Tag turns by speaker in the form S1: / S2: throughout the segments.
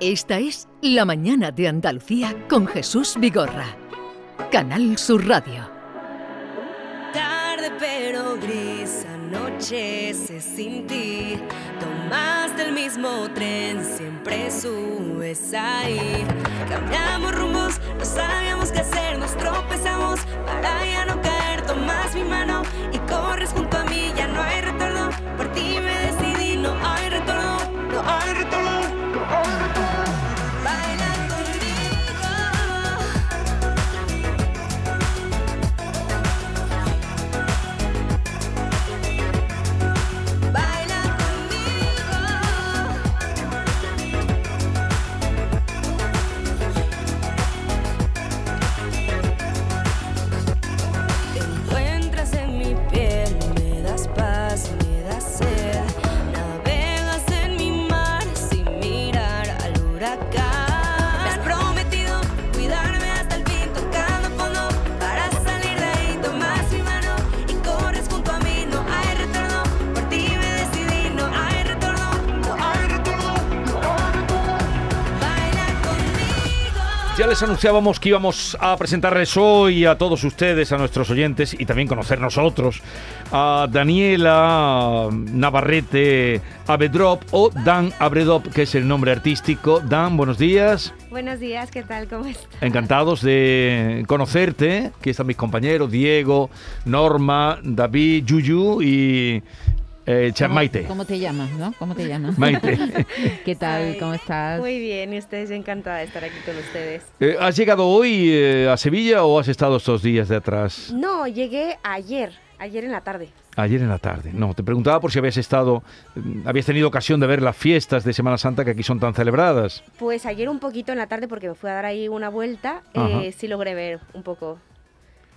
S1: Esta es La Mañana de Andalucía con Jesús Vigorra. Canal Sur Radio.
S2: Tarde pero gris, anochece sin ti. Tomas del mismo tren, siempre subes ahí. Cambiamos rumbos, no sabíamos qué hacer, nos tropezamos para ya no caer. Tomas mi mano y corres junto a mí, ya no hay retorno. Por ti me decidí, no hay retorno, no hay retorno. no hay retorno. Baila conmigo. Baila conmigo, te encuentras en mi piel, me das paz, me das sed, navegas en mi mar sin mirar al huracán. Me has prometido cuidarme hasta el fin, tocando fondo para salir de ahí. Tomas mi mano y corres junto a mí, no hay retorno. Por ti me decidí, no hay retorno, no hay retorno, no hay retorno. Baila conmigo.
S3: Ya les anunciábamos que íbamos a presentarles hoy a todos ustedes, a nuestros oyentes y también conocer nosotros a Daniela Navarrete Abedrop o Dan Abredop, que es el nombre artístico. Dan, buenos días.
S4: Buenos días, ¿qué tal? ¿Cómo estás?
S3: Encantados de conocerte. Aquí están mis compañeros Diego, Norma, David, Yuyu y eh, Chan
S5: ¿Cómo-
S3: Maite.
S5: ¿Cómo te llamas, no? ¿Cómo te llamas?
S3: Maite.
S5: ¿Qué tal?
S4: Ay,
S5: ¿Cómo estás?
S4: Muy bien, y ustedes, yo encantada de estar aquí con ustedes.
S3: Eh, ¿Has llegado hoy eh, a Sevilla o has estado estos días de atrás?
S4: No, llegué ayer, ayer en la tarde.
S3: Ayer en la tarde. No, te preguntaba por si habías estado, mm, habías tenido ocasión de ver las fiestas de Semana Santa que aquí son tan celebradas.
S4: Pues ayer un poquito en la tarde porque me fui a dar ahí una vuelta,
S3: Ajá.
S4: eh, sí logré ver un poco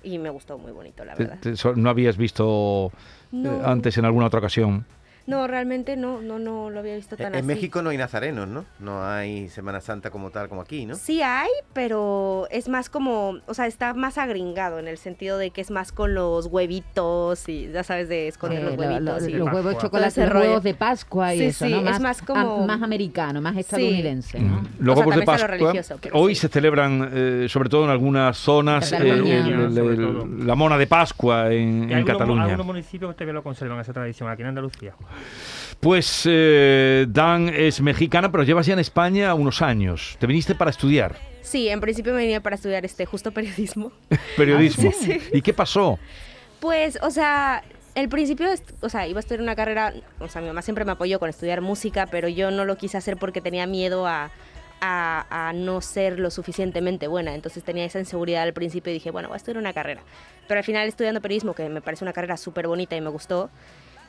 S4: y me gustó muy bonito, la
S3: Te-
S4: verdad.
S3: te- so- no habías visto eh,
S4: No.
S3: antes en alguna otra ocasión.
S4: No, realmente no, no, no lo había visto
S6: Eh,
S4: tan
S6: En
S4: así.
S6: México no hay nazarenos, ¿no? No hay Semana Santa como tal, como aquí, ¿no?
S4: Sí hay, pero es más como, o sea, está más agringado en el sentido de que es más con los huevitos y ya sabes de
S5: Eh,
S4: esconder los
S5: lo- lo-
S4: huevitos. y-
S5: los huevos de
S6: Pascua.
S5: chocolate,
S4: Todo ese
S5: los huevos
S4: rollo.
S5: de Pascua y
S4: Sí,
S5: eso,
S4: sí,
S5: ¿no?
S4: es más como-
S5: ah, más americano, más estadounidense, ¿no?
S3: Mm. Los
S4: sea,
S3: huevos de
S4: también está lo
S3: Pascua
S4: religioso, pero
S3: hoy
S4: sí.
S3: se celebran, eh, sobre todo en algunas zonas,
S5: Cataluña.
S3: eh, el-
S7: Sobre
S3: el-
S7: todo.
S3: la mona de Pascua en, en
S7: Y algunos,
S3: Cataluña.
S7: algunos municipios todavía lo conservan esa tradición aquí en Andalucía.
S3: Pues eh, Dan es mexicana, pero llevas ya en España unos años. Te viniste para estudiar
S4: Sí, en principio me venía para estudiar este justo periodismo.
S3: periodismo.
S4: Ah, sí, sí.
S3: ¿Y qué pasó?
S4: Pues, o sea, el principio, est- o sea, iba a estudiar una carrera, o sea, mi mamá siempre me apoyó con estudiar música, pero yo no lo quise hacer porque tenía miedo a, a- a no ser lo suficientemente buena. Entonces tenía esa inseguridad al principio y dije, bueno, voy a estudiar una carrera. Pero al final estudiando periodismo, que me parece una carrera súper bonita y me gustó,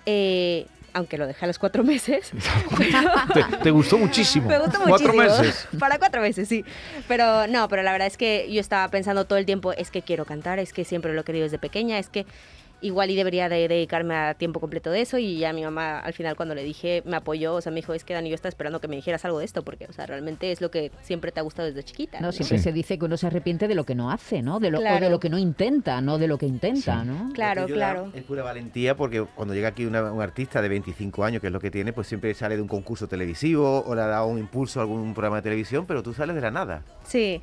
S4: eh, aunque lo dejé a los cuatro meses.
S3: Te, te gustó muchísimo.
S4: Me gustó
S3: Cuatro
S4: muchísimo.
S3: meses.
S4: Para cuatro meses, sí. Pero no, pero la verdad es que yo estaba pensando todo el tiempo, es que quiero cantar, es que siempre lo he querido desde pequeña, es que igual y debería de dedicarme a tiempo completo de eso. Y ya mi mamá al final cuando le dije, me apoyó, o sea, me dijo, es que Dani, yo estaba esperando que me dijeras algo de esto, porque, o sea, realmente es lo que siempre te ha gustado desde chiquita.
S5: No,
S4: ¿no?
S5: siempre
S3: Sí.
S5: se dice que uno se arrepiente de lo que no hace, ¿no? De lo, O
S4: Claro.
S5: de lo que no intenta, no de lo que intenta,
S3: Sí.
S5: ¿no?
S4: Claro,
S6: Lo que yo
S4: claro.
S6: da Es pura valentía porque cuando llega aquí una- un artista de 25 años, que es lo que tiene, pues siempre sale de un concurso televisivo o le ha dado un impulso a algún programa de televisión, pero tú sales de la nada.
S4: Sí,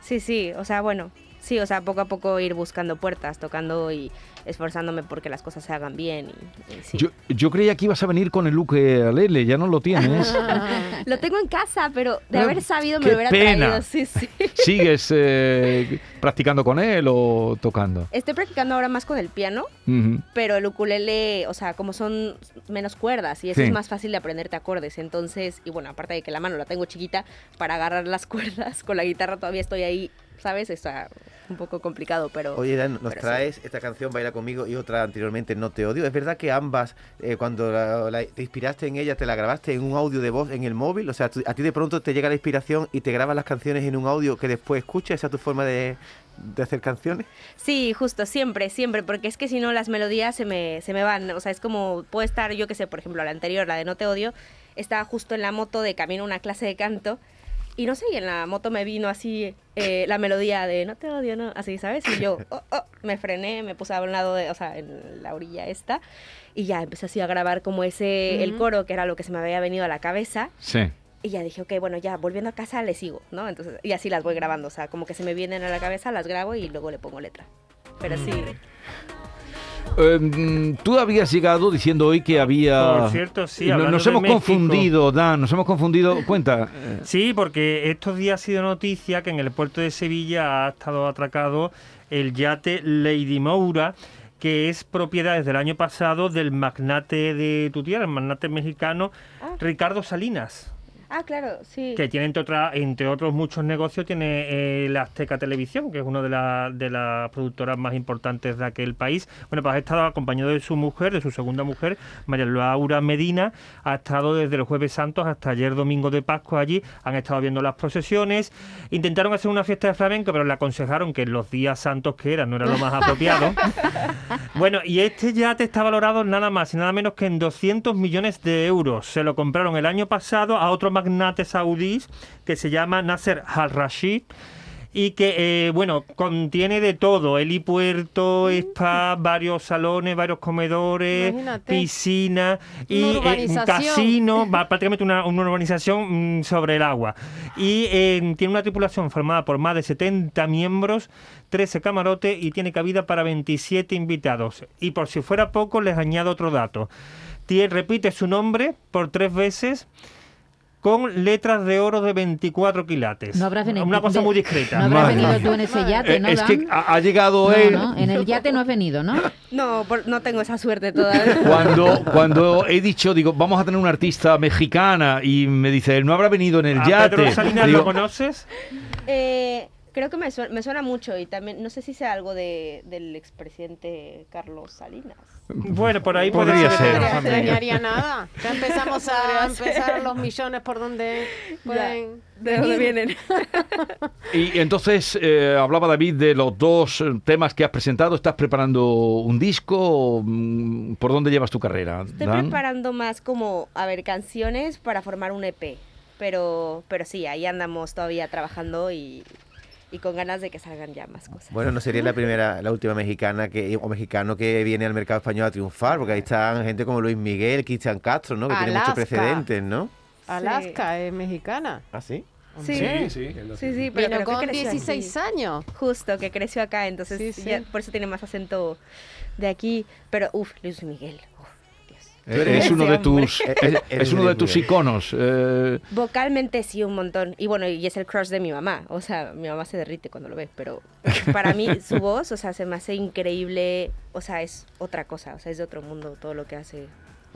S4: sí, sí, o sea, bueno, sí, o sea, poco a poco ir buscando puertas, tocando y esforzándome porque las cosas se hagan bien. y- y sí.
S3: Yo, yo creía que ibas a venir con el look Lele, ya no lo tienes.
S4: Lo tengo en casa, pero de
S3: Ah,
S4: haber sabido me
S3: qué
S4: lo hubiera
S3: pena.
S4: traído. Sí, sí.
S3: ¿Sigues eh, practicando con él o tocando?
S4: Estoy practicando ahora más con el piano,
S3: Ujú.
S4: pero el ukulele, o sea, como son menos cuerdas y eso
S3: Sí.
S4: es más fácil de aprenderte acordes. Entonces, y bueno, aparte de que la mano la tengo chiquita para agarrar las cuerdas, con la guitarra todavía estoy ahí, ¿sabes? Está un poco complicado, pero.
S6: Oye, Dan, nos
S4: pero sí.
S6: traes esta canción Baila conmigo y otra anteriormente No te odio. ¿Es verdad que ambas, eh, cuando la- la- te inspiraste en ella, te la grabaste en un audio de voz en el móvil? O sea, tú- a ti de pronto te llega la inspiración y te grabas las canciones en un audio que después escuchas. ¿Esa es tu forma de, de hacer canciones?
S4: Sí, justo, siempre, siempre, porque es que si no las melodías se me, se me van, o sea, es como, puedo estar, yo que sé, por ejemplo, la anterior, la de No te odio, estaba justo en la moto de camino a una clase de canto, y no sé, y en la moto me vino así eh, la melodía de No te odio, no, así, ¿sabes? Y yo, oh, oh, me frené, me puse a un lado, de, o sea, en la orilla esta, y ya empecé así a grabar como ese, el coro, que era lo que se me había venido a la cabeza,
S3: Sí.
S4: Y ya dije, ok, bueno, ya volviendo a casa le sigo, ¿no? Entonces, y así las voy grabando, o sea, como que se me vienen a la cabeza, las grabo y luego le pongo letra. Pero sí,
S3: Eh, tú habías llegado diciendo hoy que había...
S7: Por cierto, sí,
S3: No-
S7: hablando
S3: Nos
S7: de
S3: hemos
S7: México.
S3: confundido, Dan, nos hemos confundido. Cuenta. eh,
S7: Sí, porque estos días ha sido noticia que en el puerto de Sevilla ha estado atracado el yate Lady Moura, que es propiedad desde el año pasado del magnate de tu tierra, el magnate mexicano
S4: Ah.
S7: Ricardo Salinas.
S4: ah, claro, sí.
S7: que tiene entre, otra- entre otros muchos negocios, tiene eh, la Azteca Televisión, que es una de, la- de las productoras más importantes de aquel país. Bueno, pues ha estado acompañado de su mujer, de su segunda mujer, María Laura Medina, ha estado desde el jueves santos hasta ayer domingo de Pascua allí, han estado viendo las procesiones, intentaron hacer una fiesta de flamenco, pero le aconsejaron que en los días santos que eran no era lo más apropiado. Bueno, y este yate está valorado nada más y nada menos que en 200 millones de euros. Se lo compraron el año pasado a otro magnate saudí que se llama Nasser Al-Rashid y que, eh, bueno, contiene de todo, helipuerto,
S8: Mm.
S7: spa, varios salones, varios comedores,
S8: Imagínate.
S7: piscina y
S8: Una
S7: eh, un
S8: urbanización.
S7: casino, va- prácticamente una, una urbanización mm, sobre el agua. Y eh, tiene una tripulación formada por más de 70 miembros, 13 camarotes y tiene cabida para 27 invitados. Y por si fuera poco, les añado otro dato. Tie- repite su nombre por tres veces con letras de oro de 24 quilates.
S5: No habrás venido.
S7: Una cosa
S5: de-
S7: muy discreta.
S5: No habrás
S3: Madre
S5: venido
S3: mía.
S5: tú en ese yate,
S3: eh,
S5: Ah, ¿no,
S3: es
S5: Dan?
S3: que ha, ha llegado
S5: No,
S3: él.
S5: no, eh. en el yate no has venido, ¿no?
S4: No, por- no tengo esa suerte todavía.
S3: Cuando, cuando he dicho, digo, vamos a tener una artista mexicana y me dice, él no habrá venido en el
S7: ¿A
S3: yate.
S7: Ah, Pedro Salinas
S3: Digo,
S7: lo conoces?
S4: Eh, creo que me suena, me suena mucho y también, no sé si sea algo de, del expresidente Carlos Salinas.
S7: Bueno, por ahí
S3: Podría
S7: puede
S3: ser.
S8: No
S7: que
S8: se
S7: también.
S8: dañaría nada. Ya empezamos a empezar los millones por donde pueden.
S4: ¿De dónde vienen?
S3: Y entonces eh, hablaba David de los dos eh, temas que has presentado. ¿Estás preparando un disco? Mm, ¿Por dónde llevas tu carrera?
S4: Estoy
S3: Dan?
S4: preparando más como, a ver, canciones para formar un EP. Pero, pero sí, ahí andamos todavía trabajando y, y con ganas de que salgan ya más cosas.
S6: Bueno, no sería la primera, la última mexicana que, o mexicano que viene al mercado español a triunfar, porque ahí están gente como Luis Miguel, Cristian Castro, ¿no? Que tiene muchos
S8: Alaska.
S6: precedentes, ¿no?
S8: Alaska es mexicana.
S6: ¿Ah,
S3: Eh,
S6: sí?
S4: sí,
S9: Sí, sí. él lo
S4: sí, sí, pero
S8: Vino
S4: creo que
S8: con
S4: creció
S8: 16
S4: aquí.
S8: años.
S4: Justo, que creció acá, entonces
S8: Sí, sí.
S4: ya por eso tiene más acento de aquí. Pero, uff, Luis Miguel. uf, Dios.
S3: Eh, Es uno de
S4: Ese hombre.
S6: Eh,
S3: tus, es, es uno de tus iconos. eh,
S4: Vocalmente sí, un montón. Y bueno, y es el crush de mi mamá. O sea, mi mamá se derrite cuando lo ve, pero para mí su voz, o sea, se me hace increíble. O sea, es otra cosa, o sea, es de otro mundo todo lo que hace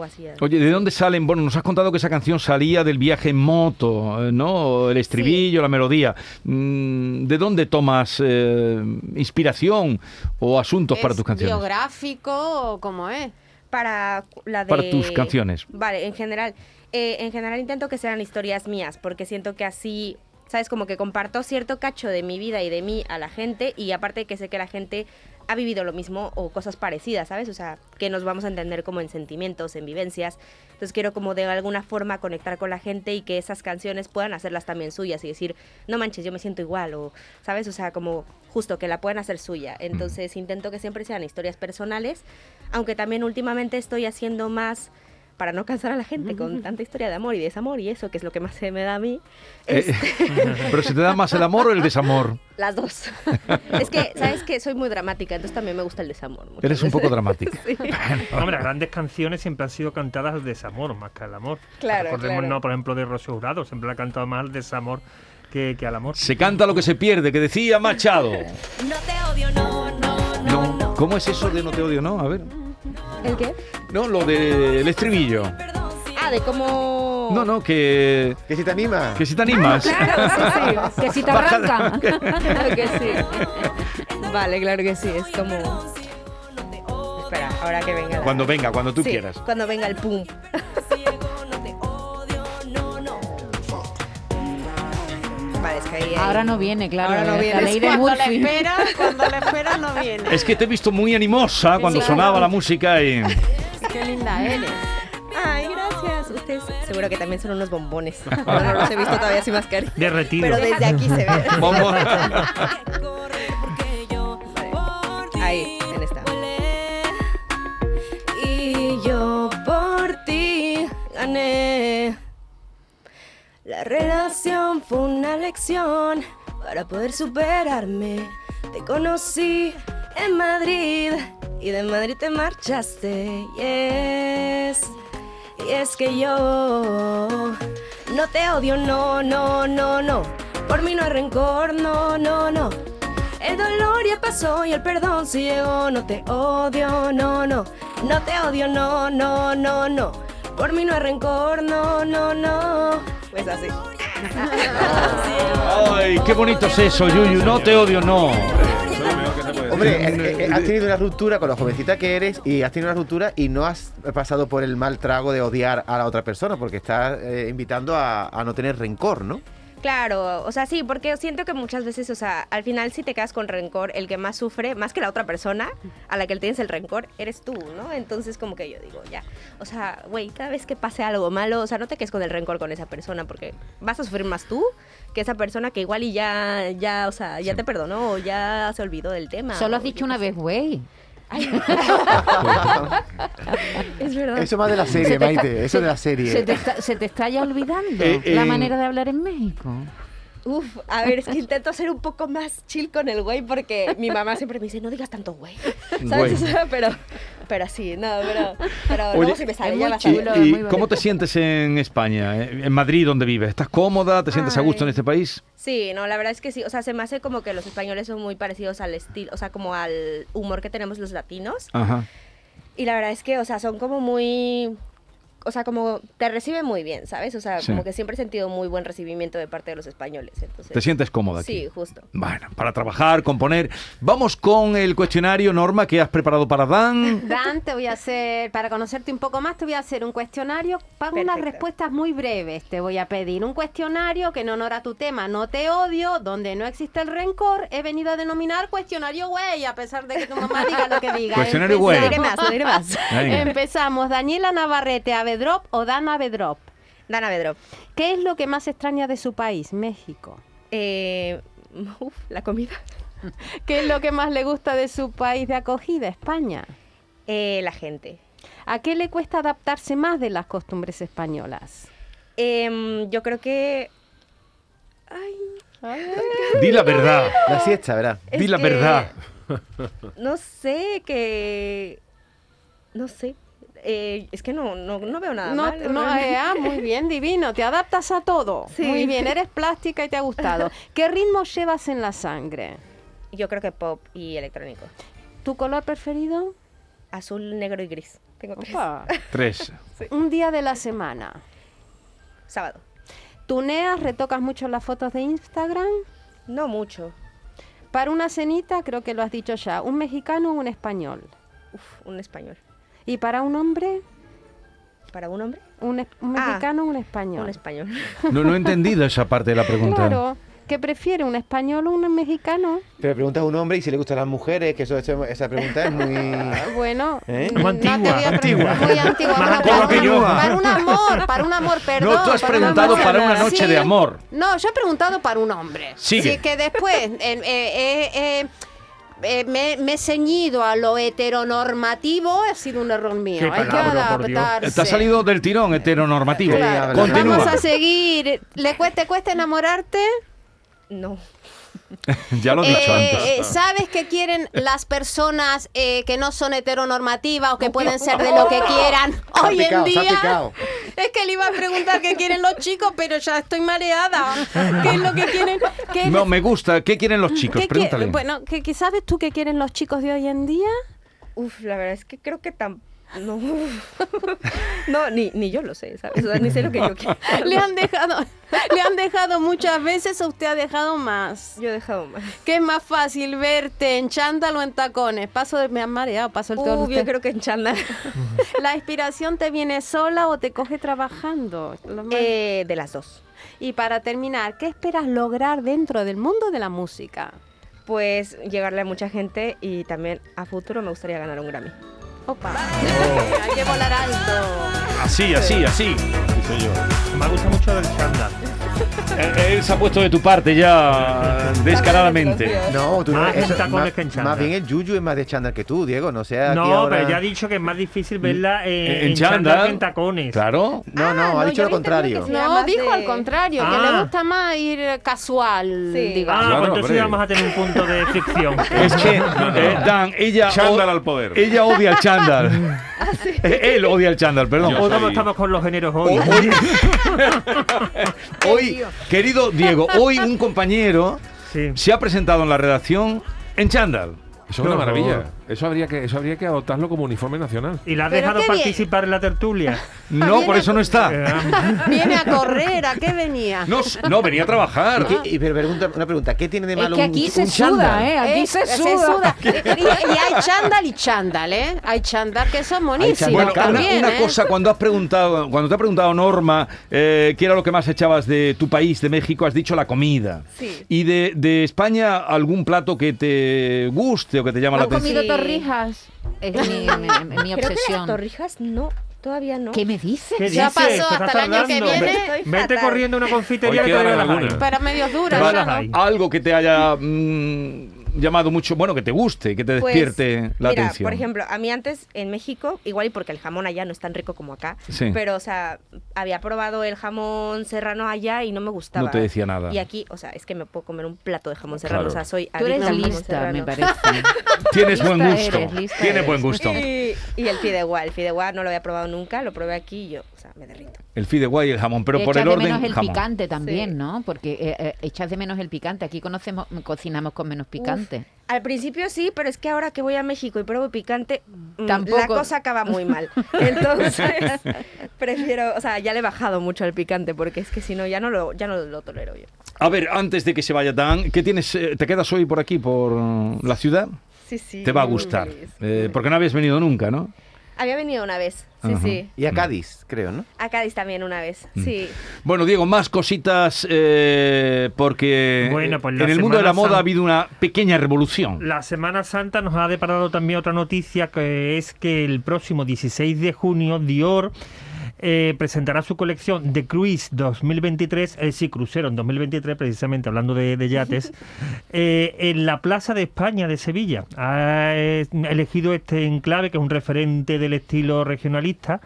S4: o hacía.
S3: Oye, ¿de dónde salen? Bueno, nos has contado que esa canción salía del viaje en moto, eh, ¿no? El estribillo, la melodía. Mm, ¿De dónde tomas eh, inspiración o asuntos para
S8: ¿Es
S3: tus canciones?
S8: biográfico o cómo es?
S4: Para cu- la de...
S3: Para tus canciones.
S4: Vale, en general. eh, en general intento que sean historias mías, porque siento que así, ¿sabes? Como que comparto cierto cacho de mi vida y de mí a la gente, y aparte que sé que la gente ha vivido lo mismo o cosas parecidas, ¿sabes? O sea, que nos vamos a entender como en sentimientos, en vivencias. Entonces quiero como de alguna forma conectar con la gente y que esas canciones puedan hacerlas también suyas y decir, no manches, yo me siento igual, o, ¿sabes? O sea, como justo que la puedan hacer suya. Entonces intento que siempre sean historias personales, aunque también últimamente estoy haciendo más para no cansar a la gente con tanta historia de amor y desamor y eso, que es lo que más se me da a mí,
S3: Eh,
S4: es
S3: ¿Pero se te da más el amor o el desamor?
S4: las dos. es que, ¿sabes que Soy muy dramática, entonces también me gusta el desamor. muchas
S3: Eres un poco
S4: veces.
S3: dramática.
S7: Hombre, las grandes canciones siempre han sido cantadas al desamor, más que al amor.
S4: Claro,
S7: Recordemos,
S4: claro.
S7: no, por ejemplo, de Rocío Jurado, siempre la ha cantado más al desamor que, que al amor.
S3: Se canta lo que se pierde, que decía Machado.
S2: No te odio, no, no, no, no.
S3: No, ¿Cómo es eso de no te odio, no? A ver.
S4: ¿El qué?
S3: No, lo del estribillo.
S2: Perdón si
S4: Ah, de cómo...
S3: No, no, que,
S6: ¿Que si te anima?
S3: que si te animas.
S4: Claro, sí, sí.
S5: Que si te arranca.
S4: claro que sí. Vale, claro que sí, es como... Espera, ahora que venga. la-
S3: Cuando venga, cuando tú
S4: Sí,
S3: quieras.
S4: Cuando venga el pum. Vale, es que ahí... ¿eh?
S5: Ahora no viene, claro.
S4: Ahora no
S5: la
S4: viene.
S5: ley del
S8: cuando la
S5: Murphy.
S8: espera, cuando la espera no viene.
S3: Es que te he visto muy animosa cuando
S8: Claro.
S3: sonaba la música y...
S8: Qué linda eres.
S4: Ay, gracias. Ustedes seguro que también son unos bombones. No, no los he visto todavía sin mascarilla.
S7: Derretido.
S4: Pero desde aquí se ve.
S3: Vamos.
S2: que corre porque yo por ti
S4: Ahí, en esta.
S2: volé. Y yo por ti gané. La relación fue una lección para poder superarme. Te conocí en Madrid y de Madrid te marchaste. Yes. Y es que yo no te odio, no, no, no, no. Por mí no hay rencor, no, no, no. El dolor ya pasó y el perdón sí llegó. No te odio, no, no. No te odio, no, no, no, no. Por mí no hay rencor, no, no, no. Pues así.
S3: Ay, qué bonito es eso, Yuyu. No te odio, no.
S6: Hombre, eh, eh, has tenido una ruptura con la jovencita que eres y has tenido una ruptura y no has pasado por el mal trago de odiar a la otra persona porque estás eh, invitando a, a no tener rencor, ¿no?
S4: Claro, o sea, sí, porque siento que muchas veces, o sea, al final si te quedas con rencor, el que más sufre, más que la otra persona a la que le tienes el rencor, eres tú, ¿no? Entonces como que yo digo, ya, o sea, güey, cada vez que pase algo malo, o sea, no te quedes con el rencor con esa persona, porque vas a sufrir más tú que esa persona que igual y ya, ya, o sea, ya te perdonó o ya se olvidó del tema.
S5: Solo has
S4: o
S5: dicho
S4: yo
S5: una
S4: qué sé.
S5: vez, güey.
S4: Es verdad.
S6: Eso más de la
S5: Se
S6: serie,
S5: te está-
S6: Maite, eso
S5: se-
S6: de la serie.
S5: Se te, está, se te está ya olvidando
S3: Eh, eh,
S5: la manera de hablar en México.
S4: Uf, a ver, es que intento ser un poco más chill con el güey porque mi mamá siempre me dice, no digas tanto güey.
S3: Güey.
S4: ¿Sabes? O sea, pero, pero sí, no, pero, pero
S3: Oye,
S4: luego si me sale
S5: es
S4: ya
S5: muy
S4: vas a
S3: ¿Y,
S5: chulo.
S4: ver.
S5: muy
S3: y
S5: bonito.
S3: cómo te sientes en España, eh, en Madrid, donde vives? ¿Estás cómoda? ¿Te sientes a gusto en
S4: Ay.
S3: este país?
S4: Sí, no, la verdad es que sí. O sea, se me hace como que los españoles son muy parecidos al estilo, o sea, como al humor que tenemos los latinos.
S3: Ajá.
S4: Y la verdad es que, o sea, son como muy... O sea, como te reciben muy bien, ¿sabes? O sea,
S3: Sí.
S4: como que siempre he sentido muy buen recibimiento de parte de los españoles. Entonces,
S3: ¿Te sientes cómoda aquí?
S4: Sí, justo.
S3: Bueno, para trabajar, componer. Vamos con el cuestionario, Norma, que has preparado para Dan.
S8: Dan, te voy a hacer, para conocerte un poco más, te voy a hacer un cuestionario para unas
S4: Perfecto.
S8: respuestas muy breves. Te voy a pedir un cuestionario que en honor a tu tema No te odio, donde no existe el rencor, he venido a denominar cuestionario güey, a pesar de que tu mamá diga lo que diga.
S3: Cuestionario güey.
S4: No diré más, no diré más.
S3: Venga.
S8: Empezamos. Daniela Navarrete, Avedrop o Dan Avedrop.
S4: Dana Bedrop.
S8: ¿Qué es lo que más extraña de su país, México?
S4: Eh, uf, la comida.
S8: ¿Qué es lo que más le gusta de su país de acogida, España?
S4: Eh, la gente.
S8: ¿A qué le cuesta adaptarse más de las costumbres españolas?
S4: Em, yo creo que.
S3: Di la verdad.
S6: La siesta, ¿verdad?
S4: es
S3: Di la
S4: que-
S3: verdad.
S4: este, No sé, que. No sé. Eh, es que no, no, no veo nada.
S8: No,
S4: malo,
S8: no,
S4: realmente.
S8: eh, ah, muy bien, divino, te adaptas a todo.
S4: Sí.
S8: Muy bien, eres plástica y te ha gustado. ¿Qué ritmo llevas en la sangre?
S4: Yo creo que pop y electrónico.
S8: ¿Tu color preferido?
S4: Azul, negro y gris. Tengo tres.
S8: Opa.
S3: Tres.
S8: Un día de la semana.
S4: Sábado.
S8: ¿Tuneas, retocas mucho las fotos de Instagram?
S4: No mucho.
S8: Para una cenita, creo que lo has dicho ya, un mexicano o un español.
S4: Uf, un español.
S8: ¿Y para un hombre?
S4: ¿Para un hombre?
S8: ¿Un, es- un
S4: Ah,
S8: mexicano o un español?
S4: Un español.
S3: No, no he entendido esa parte de la pregunta.
S8: Claro. ¿Qué prefiere, un español o un mexicano?
S6: Pero preguntas a un hombre y si le gustan las mujeres, que eso, eso- esa pregunta es muy...
S8: Bueno,
S6: ¿Eh?
S8: mm,
S7: Muy
S8: no te
S7: antigua,
S8: voy a pre-
S7: antigua.
S8: Muy antigua.
S7: Más
S8: bueno,
S7: antigua
S8: para,
S3: que
S8: un-
S3: yo.
S8: para un amor, para un amor, perdón.
S3: No, tú has
S8: para un
S3: preguntado
S8: amor.
S3: para una noche de amor.
S8: No, yo he preguntado para un hombre.
S3: Sigue.
S8: Sí, que después eh, eh, eh, eh, eh, me, me he ceñido a lo heteronormativo, ha sido un error mío.
S7: Qué
S8: Hay que
S7: palabra, por Dios.
S8: adaptarse.
S3: Te ha salido eh, del tirón heteronormativo.
S6: Claro.
S3: Continúa.
S8: Vamos a seguir. ¿Le cuesta, cuesta enamorarte?
S4: No.
S3: Ya lo he dicho
S8: Eh,
S3: antes.
S8: eh, ¿Sabes qué quieren las personas eh, que no son heteronormativas o que pueden ser de lo que quieran
S6: Se ha
S8: hoy
S6: picado,
S8: en
S6: se ha
S8: día?
S6: picado.
S8: Es que le iba a preguntar qué quieren los chicos, pero ya estoy mareada. ¿Qué es lo que quieren? ¿Qué es-
S3: No, me gusta. ¿Qué quieren los
S8: qué
S3: chicos?
S8: qui-
S3: Pregúntale.
S8: bueno, ¿qué, qué sabes tú qué quieren los chicos de hoy en día?
S4: Uf, la verdad es que creo que tan... No, no ni, ni yo lo sé, ¿sabes? O sea, ni sé lo que yo quiero.
S8: Le han dejado, le han dejado muchas veces, usted ha dejado más.
S4: Yo he dejado más.
S8: ¿Qué es más fácil verte en chándal o en tacones? Paso de, me han mareado, paso el todo.
S4: Uf, yo creo que en chándal.
S8: ¿La inspiración te viene sola o te coge trabajando? Lo más-
S4: Eh, de las dos.
S8: y para terminar, ¿qué esperas lograr dentro del mundo de la música?
S4: Pues llegarle a mucha gente y también a futuro me gustaría ganar un Grammy.
S8: Opa. Hay que volar alto.
S3: Así, así, así.
S7: Me gusta mucho del chándal.
S3: Eh, Él se ha puesto de tu parte ya descaradamente.
S6: No, tú no
S7: Más en
S6: eso-
S7: tacones
S6: más,
S7: que en
S6: más
S7: chándal.
S6: bien el Yuyu es más de chándal que tú, Diego. No sea aquí
S7: No,
S6: ahora-
S7: pero ya ha dicho que es más difícil verla en, en, chándal que en tacones.
S3: Claro.
S6: No,
S5: Ah,
S6: no, ha dicho lo contrario.
S8: No, dijo al contrario, que
S7: Ah.
S8: le gusta más ir eh, casual,
S4: Sí.
S7: Ah,
S8: digamos.
S3: Claro,
S7: pues entonces
S3: hombre.
S7: ya vamos a tener un punto de fricción.
S3: Es que, eh, Dan, ella,
S9: Chándal
S3: o-
S9: al poder.
S3: ella odia el chándal. Eh, Él odia el chándal, perdón.
S9: Yo
S7: Hoy ¿Cómo
S9: soy-
S7: estamos con los géneros
S3: O-
S7: hoy?
S3: Hoy, hoy, querido Diego, hoy un compañero
S7: Sí.
S3: se ha presentado en la redacción en chándal.
S9: Eso es una
S7: Por favor.
S9: maravilla. Eso habría, que, eso habría que adoptarlo como uniforme nacional.
S7: ¿Y la has
S8: Pero
S7: dejado
S8: qué bien.
S7: participar en la tertulia?
S3: No, por eso no está.
S7: Eh,
S8: Ah, Viene a correr, ¿a qué venía?
S3: No, s- no venía a trabajar.
S6: ¿Y qué- y pero pregunta, una pregunta, ¿qué
S7: este
S6: tiene de
S5: ah. Es
S6: malo
S5: que
S6: un-
S5: aquí
S6: un
S5: se
S6: chándal?
S5: suda, ¿eh? Aquí
S8: Eh,
S5: se suda.
S8: Y, y hay chándal y chándal, ¿eh? Hay chándal que son buenísimos
S6: chándal
S3: Bueno,
S6: Claro,
S3: una,
S8: también,
S3: una
S8: ¿eh?
S3: cosa, cuando has preguntado, cuando te ha preguntado Norma eh, qué era lo que más echabas de tu país, de México, has dicho la comida.
S4: Sí.
S3: Y de, de España, algún plato que te guste o que te llama la
S7: Pues
S5: ¿Han
S3: atención.
S5: comido
S4: Sí.
S5: torrijas? Es mi, mi- mi
S4: Creo que las
S5: obsesión.
S4: torrijas no, todavía no.
S5: ¿Qué me dices?
S7: ¿Qué
S8: Ya
S7: dices?
S8: pasó,
S7: Te pues estás
S8: hasta el año que
S7: tardando.
S8: viene.
S7: Vete-
S4: Estoy
S7: Vete
S4: fatal.
S7: corriendo a una confitería
S9: Hoy
S7: y te
S9: quedan
S7: doy las
S9: algunas.
S7: hay.
S8: Pero medio dura,
S3: Vale.
S8: ya no.
S7: hay.
S3: Algo que te haya mm, llamado mucho, bueno, que te guste, que te
S4: Pues,
S3: despierte la
S4: mira,
S3: atención.
S4: Por ejemplo, a mí antes en México, igual y porque el jamón allá no es tan rico como acá,
S3: Sí.
S4: pero o sea, había probado el jamón serrano allá y no me gustaba.
S3: no te decía nada.
S4: Y aquí, o sea, es que me puedo comer un plato de jamón serrano,
S9: Claro.
S4: o sea, soy
S5: Tú eres
S4: adicta al jamón
S5: lista,
S4: serrano.
S5: me parece.
S3: Tienes buen
S5: Lista
S3: gusto.
S5: eres, lista
S3: Tienes
S5: eres.
S3: buen gusto.
S4: Y, y el fideuá, el fideuá no lo había probado nunca, lo probé aquí y yo, o sea, me derrito.
S3: El fideuá y el jamón, pero
S5: Echas
S3: por el
S5: de
S3: orden,
S5: menos el
S3: jamón.
S5: picante también,
S4: Sí.
S5: ¿no? Porque eh, eh, echas de menos el picante. Aquí conocemos, cocinamos con menos picante.
S4: Al principio sí, pero es que ahora que voy a México y pruebo picante, mm, la
S5: Tampoco.
S4: cosa acaba muy mal. Entonces, prefiero, o sea, ya le he bajado mucho al picante porque es que si no ya no lo ya no lo tolero yo.
S3: A ver, antes de que se vaya Dan, ¿qué tienes? eh, ¿Te quedas hoy por aquí, por mm, la ciudad?
S4: Sí, sí.
S3: Te va a
S4: muy
S3: gustar.
S4: feliz.
S3: Eh, porque no habías venido nunca, ¿no?
S4: Había venido una vez, sí,
S3: Ajá. Mm.
S4: sí.
S6: Y a Cádiz, creo, ¿no?
S4: A Cádiz también una vez, sí.
S3: Bueno, Diego, más cositas eh, porque
S7: Bueno, pues la
S3: en el mundo de la
S7: Semana
S3: moda
S7: Santa-
S3: ha habido una pequeña revolución.
S7: La Semana Santa nos ha deparado también otra noticia que es que el próximo 16 de junio Dior eh, presentará su colección de Cruise 2023, eh, sí, crucero en 2023, precisamente hablando de, de yates, eh, en la Plaza de España de Sevilla. Ha eh, elegido este enclave, que es un referente del estilo regionalista,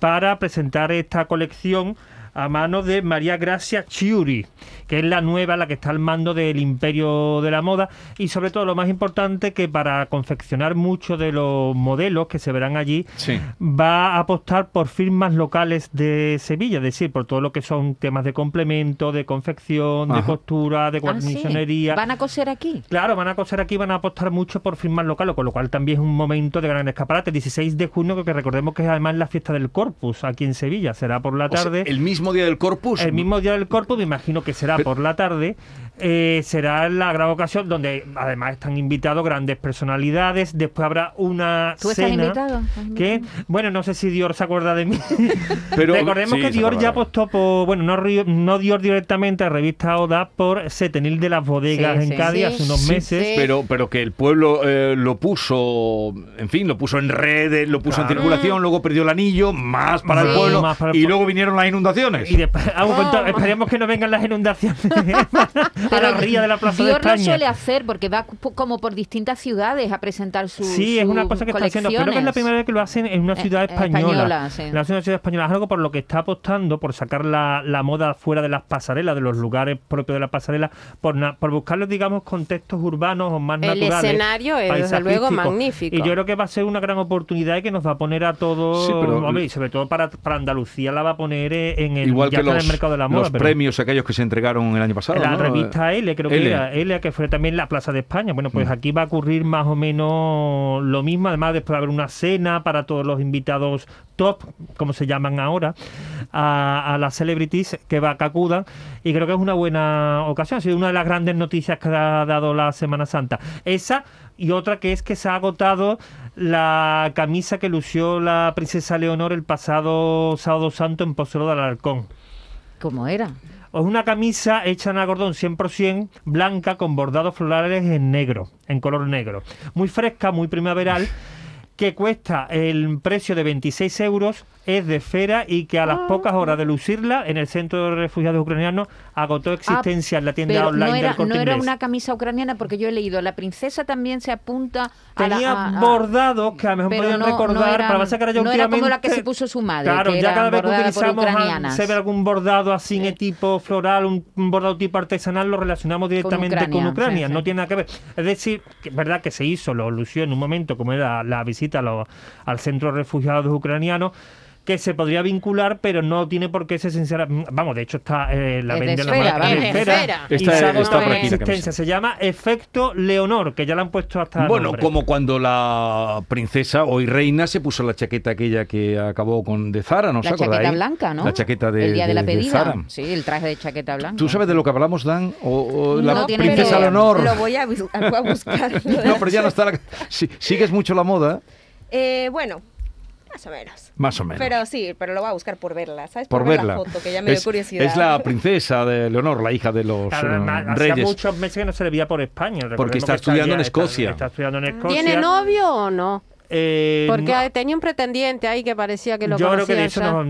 S7: para presentar esta colección a manos de María Gracia Chiuri, que es la nueva, la que está al mando del imperio de la moda y sobre todo lo más importante que para confeccionar muchos de los modelos que se verán allí
S3: Sí.
S7: va a apostar por firmas locales de Sevilla, es decir, por todo lo que son temas de complemento, de confección, de
S3: Ajá.
S7: costura, de
S5: Ah, sí.
S7: guarnicionería.
S5: ¿Van a coser aquí?
S7: Claro, van a coser aquí, van a apostar mucho por firmas locales, con lo cual también es un momento de gran escaparate. 16 de junio, que recordemos que es además la fiesta del Corpus aquí en Sevilla, será por la
S3: O sea,
S7: tarde.
S3: el mismo día del Corpus.
S7: El mismo día del corpus, me imagino que será por la tarde, eh, será la gran ocasión donde además están invitados grandes personalidades, después habrá una
S5: ¿Tú estás
S7: cena
S5: invitado? ¿Estás
S7: que,
S5: invitado?
S7: bueno, no sé si Dior se acuerda de mí.
S3: Pero-
S7: Recordemos
S9: Sí,
S7: que
S9: se
S7: Dior ya
S9: acordará.
S7: apostó por, bueno, no, Río- no Dior directamente a revista Oda por Setenil de las bodegas
S5: Sí,
S7: en
S5: sí,
S7: Cádiz
S8: sí.
S7: hace unos
S8: Sí,
S7: meses.
S8: sí.
S3: Pero, pero que el pueblo eh, lo puso, en fin, lo puso en redes, lo puso en
S7: Claro. Mm.
S3: circulación, luego perdió el anillo, más para el
S7: Sí.
S3: pueblo,
S7: Más para el
S3: y
S7: pueblo.
S3: luego vinieron las inundaciones.
S7: Y después, ah, un cuento-
S5: Oh.
S7: esperemos que no vengan las inundaciones a la ría de la Plaza de
S5: Dior
S7: España.
S5: lo suele hacer porque va po- como por distintas ciudades a presentar sus
S7: Sí, es una cosa que está haciendo. Creo que es la primera vez que lo hacen en una
S5: Eh,
S7: ciudad
S5: eh,
S7: española.
S5: española, sí.
S7: Lo hacen en una ciudad española. Es algo por lo que está apostando, por sacar la, la moda fuera de las pasarelas, de los lugares propios de las pasarelas, por, na- por buscar los, digamos, contextos urbanos o más
S8: El
S7: naturales.
S8: escenario es, desde luego,
S7: paisajísticos.
S8: magnífico.
S7: Y yo creo que va a ser una gran oportunidad y que nos va a poner a todos,
S3: Sí, pero-
S7: hombre, y sobre todo para, para Andalucía la va a poner eh, en el,
S3: Igual
S7: ya
S3: que
S7: está en
S3: los,
S7: el mercado de la moda.
S3: los
S7: pero-
S3: premios aquellos que se entregaron el año pasado.
S7: la
S3: ¿no? Eh,
S7: revista L, creo que
S3: L. Mm.
S7: era, L, que fue también la Plaza de España. Bueno, pues aquí va a ocurrir más o menos lo mismo. Además, después va a haber una cena para todos los invitados top, como se llaman ahora, a, a las celebrities que, va, que acudan. Y creo que es una buena ocasión. Ha sido una de las grandes noticias que ha dado la Semana Santa. Esa y otra que es que se ha agotado la camisa que lució la princesa Leonor el pasado sábado santo en Pozuelo del Alarcón.
S5: ¿Cómo era?
S7: Es una camisa hecha en algodón 100% blanca con bordados florales en negro, en color negro. Muy fresca, muy primaveral, que cuesta el precio de 26 euros es de esfera y que a
S5: Ah,
S7: las pocas horas de lucirla en el centro de refugiados ucranianos agotó existencia en la tienda
S5: Ah, Pero
S7: online
S5: no era,
S7: del corte
S5: no era
S7: Inglés.
S5: una camisa ucraniana porque yo he leído, la princesa también se apunta a la...
S7: Tenía
S5: a- a-
S7: bordados que a lo mejor
S5: pero
S7: podían
S5: no- no
S7: recordar,
S5: eran-
S7: para sacar ya
S5: no era como la que
S7: últimamente-
S5: se puso su madre,
S7: Claro,
S5: que
S7: ya
S5: era
S7: cada vez que
S5: bordada por
S7: utilizamos ah,
S5: ucranianas.
S7: se ve algún bordado así en tipo floral, un, un bordado tipo artesanal, lo relacionamos directamente con Ucrania,
S5: Ucrania, sí, sí.
S7: no tiene nada que ver. Es decir, que es verdad que se hizo, lo lució en un momento, como era la visita a los- al centro de refugiados ucranianos, que se podría vincular, pero no tiene por qué ser sincera. mm, Vamos, de hecho está eh, la
S5: Es de
S7: vende la
S5: esfera,
S7: marca
S5: vamos.
S7: de
S5: Es de
S7: esfera,
S8: esfera.
S7: y
S9: Está-
S7: se ha
S9: está
S7: agotado
S9: por aquí
S7: en
S9: la
S7: existencia.
S9: camisa.
S7: Se llama Efecto Leonor, que ya la han puesto hasta
S3: Bueno,
S7: nombre.
S3: como cuando la princesa, hoy reina, se puso la chaqueta aquella que acabó con de Zara, ¿no os
S5: La
S3: acordáis?
S5: chaqueta blanca, ¿no?
S3: La chaqueta de,
S5: El día de, la pedida.
S3: Zara.
S5: sí, el traje de chaqueta blanca.
S3: ¿Tú sabes de lo que hablamos, Dan? O, o Pues la
S5: No, tiene
S3: princesa
S5: pero-
S3: Leonor.
S4: Lo voy a, bus- a buscar.
S3: No, pero ya no está la... Si- ¿Sigues mucho la moda?
S4: Eh, bueno, más o menos.
S3: Más o menos.
S4: Pero sí, pero lo voy a buscar por verla, ¿sabes?
S3: por
S4: ver
S3: verla.
S4: la foto, que ya me dio
S3: es,
S4: curiosidad.
S3: es la princesa de Leonor, la hija de los
S7: Claro,
S3: eh,
S7: además, Hacía
S3: reyes.
S7: muchos meses que no se le veía por España. Recordemos
S3: Porque está
S7: que
S3: estudiando en
S7: ya- está-
S3: Escocia.
S7: Está, estudiando en Escocia.
S8: ¿Tiene novio o no?
S7: Eh,
S8: Porque
S7: no-
S8: ah, tenía un pretendiente ahí que parecía que lo
S7: yo creo que de
S8: conocía,
S7: eso
S8: ¿sabes?
S7: no.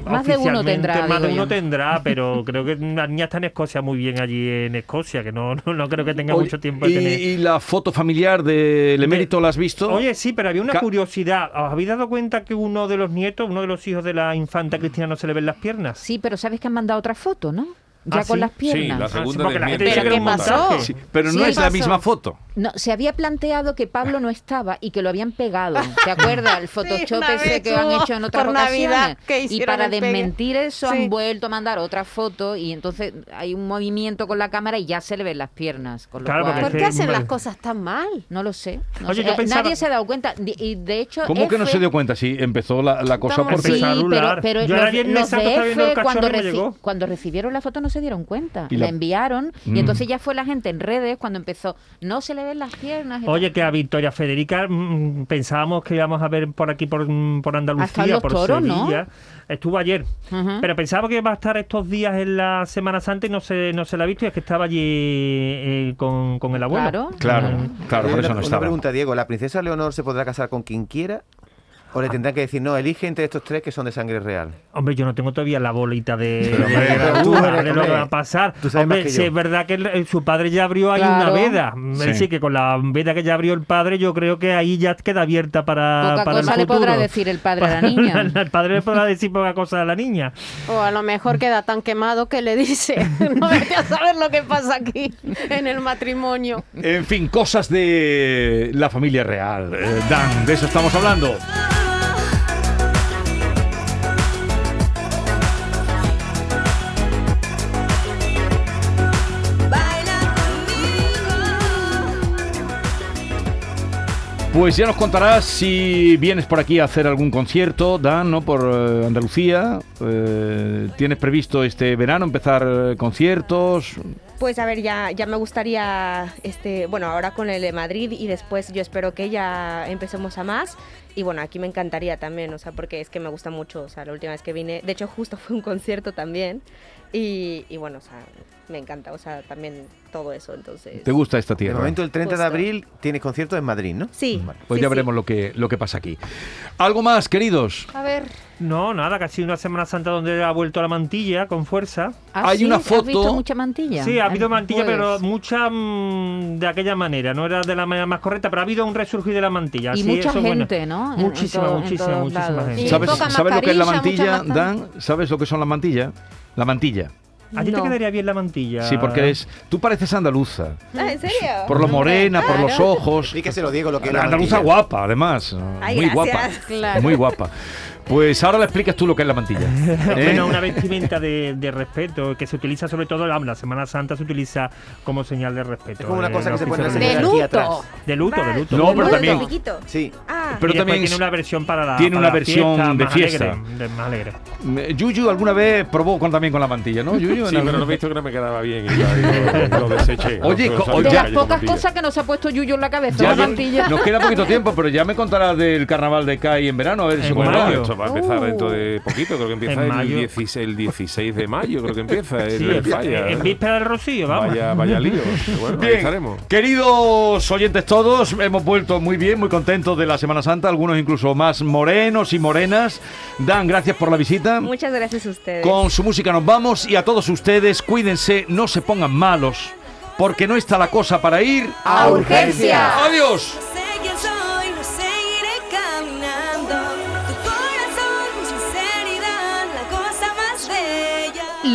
S7: mm,
S5: Más de uno
S7: oficialmente,
S5: tendrá,
S7: Más de
S5: digo
S7: uno
S5: yo.
S7: tendrá, pero creo que la niña está en Escocia muy bien allí en Escocia, que no, no, no creo que tenga
S3: Oye,
S7: mucho tiempo de
S3: y,
S7: tener.
S3: y la foto familiar del emérito la has visto?
S7: Oye, sí, pero había una
S3: Ca-
S7: curiosidad. ¿Os habéis dado cuenta que uno de los nietos, uno de los hijos de la infanta Cristina, no se le ven las piernas?
S5: Sí, pero sabes que han mandado otra foto, ¿no? Ya
S7: Ah,
S5: con
S7: sí.
S5: las
S9: Sí,
S5: piernas.
S9: la segunda
S7: porque la
S9: desmiente
S7: gente dice
S9: que
S7: que
S9: era
S7: un
S9: un
S7: montaje.
S9: montaje.
S3: Sí, pero no
S5: Sí,
S3: es la
S5: pasó.
S3: misma foto.
S5: No, se había planteado que Pablo no estaba y que lo habían pegado. ¿Te acuerdas? El Photoshop
S8: una vez
S5: ese que han
S8: hubo
S5: hecho en otras
S8: por
S5: ocasiones.
S8: Navidad que
S5: y
S8: hicieron
S5: para
S8: el pegue.
S5: desmentir eso
S8: Sí.
S5: han vuelto a mandar otra foto y entonces hay un movimiento con la cámara y ya se le ven las piernas. Con lo
S7: Claro,
S5: cual-
S7: porque
S8: ¿Por
S7: Ese-
S8: qué hacen las
S7: bueno.
S8: cosas tan mal?
S5: No lo sé. no
S7: Oye,
S5: sé.
S7: yo
S5: Eh,
S7: pensaba-
S5: Nadie se ha dado cuenta. Di- Y de hecho,
S3: ¿Cómo que no
S5: F-
S3: se dio cuenta? Sí, empezó la, la cosa
S8: Estamos-
S3: por
S5: Sí,
S7: Empezó a
S5: pero,
S7: rular.
S5: pero
S7: Yo ahora
S5: los,
S7: viernes
S5: los
S7: santo
S5: de
S7: estaba viendo
S5: F,
S7: el cachorro
S5: cuando,
S7: y me
S5: reci-
S7: llegó.
S5: cuando recibieron la foto no se dieron cuenta.
S3: Y
S5: la...
S3: la-
S5: enviaron
S3: Mm.
S5: y entonces ya fue la gente en redes cuando empezó. No se le ven las piernas. y tal.
S7: Oye, que a Victoria Federica mm, pensábamos que íbamos a ver por aquí, por, mm, por
S5: Ha estado
S7: Andalucía,
S5: en
S7: por
S5: Los Toros, ¿no?
S7: Sevilla. Estuvo ayer.
S5: Ujú.
S7: Pero pensábamos que iba a estar estos días en la Semana Santa y no se, no se la ha visto. Y es que estaba allí eh, con, con el abuelo.
S5: Claro.
S3: Claro, claro,
S6: Eh,
S3: por
S6: una,
S3: eso no
S6: una
S3: estaba.
S6: pregunta, Diego. ¿La princesa Leonor se podrá casar con quien quiera? ¿O le tendrán que decir, no, elige entre estos tres que son de sangre real?
S7: Hombre, yo no tengo todavía la bolita de,
S6: Pero, hombre,
S7: de- de
S6: pero tú
S7: duda
S6: eres-
S7: de lo que
S6: hombre,
S7: va a pasar.
S6: tú sabes más
S7: Hombre,
S6: que
S7: si
S6: yo.
S7: es verdad que el- el- su padre ya abrió ahí una
S5: Claro.
S7: veda.
S3: Sí.
S7: Es decir, que con la veda que ya abrió el padre, yo creo que ahí ya queda abierta para,
S5: Poca
S7: para el
S5: cosa le
S7: futuro.
S5: podrá decir el padre a la niña.
S7: el padre le podrá decir poca cosa a la niña.
S8: O a lo mejor queda tan quemado que le dice, no vete a saber lo que pasa aquí en el matrimonio.
S3: En fin, cosas de la familia real. eh, Dan, de eso estamos hablando.
S2: Baila conmigo.
S3: Pues ya nos contarás si vienes por aquí a hacer algún concierto, Dan, ¿no? Por eh, Andalucía. Eh, ¿Tienes previsto este verano empezar eh, conciertos?
S4: Pues a ver, ya, ya me gustaría, este, bueno, ahora con el de Madrid y después yo espero que ya empecemos a más. Y bueno, aquí me encantaría también, o sea, porque es que me gusta mucho, o sea, la última vez que vine, de hecho justo fue un concierto también. Y, y bueno, o sea, me encanta, o sea, también todo eso, entonces...
S3: ¿Te gusta esta
S6: De
S3: tierra?
S6: momento, el 30 de
S4: Justo.
S6: abril tienes concierto en Madrid, ¿no?
S4: Sí.
S6: Vale.
S3: Pues
S4: sí,
S3: ya
S4: sí.
S3: veremos lo que, lo que pasa aquí. ¿Algo más, queridos?
S8: A ver,
S7: No, nada, casi una Semana Santa donde ha vuelto la mantilla con fuerza.
S5: ¿Ah,
S3: Hay
S5: sí?
S3: una
S5: ¿Has
S3: foto-
S5: visto mucha mantilla? Em, pues,
S7: Sí, ha habido
S5: El
S7: mantilla,
S5: jueves.
S7: pero mucha mm, de aquella manera, no era de la manera más correcta, pero ha habido un resurgir de la mantilla.
S5: Y
S7: sí,
S5: mucha
S7: eso es bueno.
S5: gente, ¿no? En- en
S7: Muchísima,
S5: todo- en
S7: muchísima,
S5: todos
S7: muchísima
S5: lados.
S7: gente.
S8: Sí,
S3: ¿Sabes,
S8: poca
S3: sabes lo que es la
S8: mascarilla,
S3: mantilla,
S8: mucha
S3: Dan? ¿Sabes lo que son la mantilla? La mantilla.
S7: A ti te
S4: No.
S7: quedaría bien la mantilla.
S3: Sí, porque eres. Tú pareces andaluza.
S4: Ah, ¿En serio?
S3: Por lo morena, por los ojos.
S6: Explícaselo, Diego, lo que es la
S3: La andaluza
S6: mantilla.
S3: guapa, además.
S4: Ay,
S3: muy
S4: gracias.
S3: guapa.
S8: Claro.
S3: Muy guapa. Pues ahora le explicas tú lo que es la mantilla. ¿eh?
S7: Bueno, una vestimenta de, de respeto que se utiliza sobre todo la, la Semana Santa se utiliza como señal de respeto.
S6: Es como una
S7: eh,
S6: cosa que se pone la
S7: oficialmente.
S6: señora
S8: De
S6: aquí
S8: luto.
S6: atrás.
S7: De luto, de luto.
S3: No, pero
S4: Bueno,
S3: también-
S4: piquito.
S6: Sí.
S4: Ah,
S3: Pero
S7: Y después
S3: también
S7: tiene una versión para la
S3: tiene
S7: para
S3: una
S7: la
S3: versión de
S7: más
S3: fiesta.
S7: alegre, de- más alegre.
S3: Eh, Yuyu alguna vez probó con, también con la mantilla, ¿no? Yuyu, en
S9: Sí,
S3: algún-
S9: pero no he visto que no me quedaba bien. y ya, y lo, lo deseché.
S3: Oye,
S9: No,
S3: co-
S9: sabía
S5: De
S3: oye,
S9: que
S5: las
S9: yo
S5: pocas
S9: contigo.
S5: cosas que nos ha puesto Yuyo en la cabeza,
S3: Ya
S5: la
S3: no-
S5: mantilla.
S3: nos queda poquito tiempo, pero ya me contarás del carnaval de Cádiz en verano, a ver si
S7: En
S3: cómo
S9: Bueno,
S7: mayo.
S3: va.
S9: esto va a
S8: Uh.
S9: empezar dentro de poquito, creo que empieza
S7: En
S9: el,
S7: mayo.
S9: 16, el 16 de mayo, creo que empieza el,
S7: Sí,
S9: el falla.
S7: en víspera del Rocío, vamos.
S9: Vaya, vaya lío. Bueno, ahí
S3: Bien,
S9: estaremos.
S3: queridos oyentes todos, hemos vuelto muy bien, muy contentos de la Semana Santa, algunos incluso más morenos y morenas. Dan, gracias por la visita.
S4: Muchas gracias a ustedes.
S3: Con su música nos vamos y a todos ustedes, cuídense, no se pongan malos, porque no está la cosa para ir
S8: A urgencias.
S3: ¡Adiós!
S2: No sé quién soy, no seguiré caminando. Tu corazón, tu sinceridad, la cosa más bella.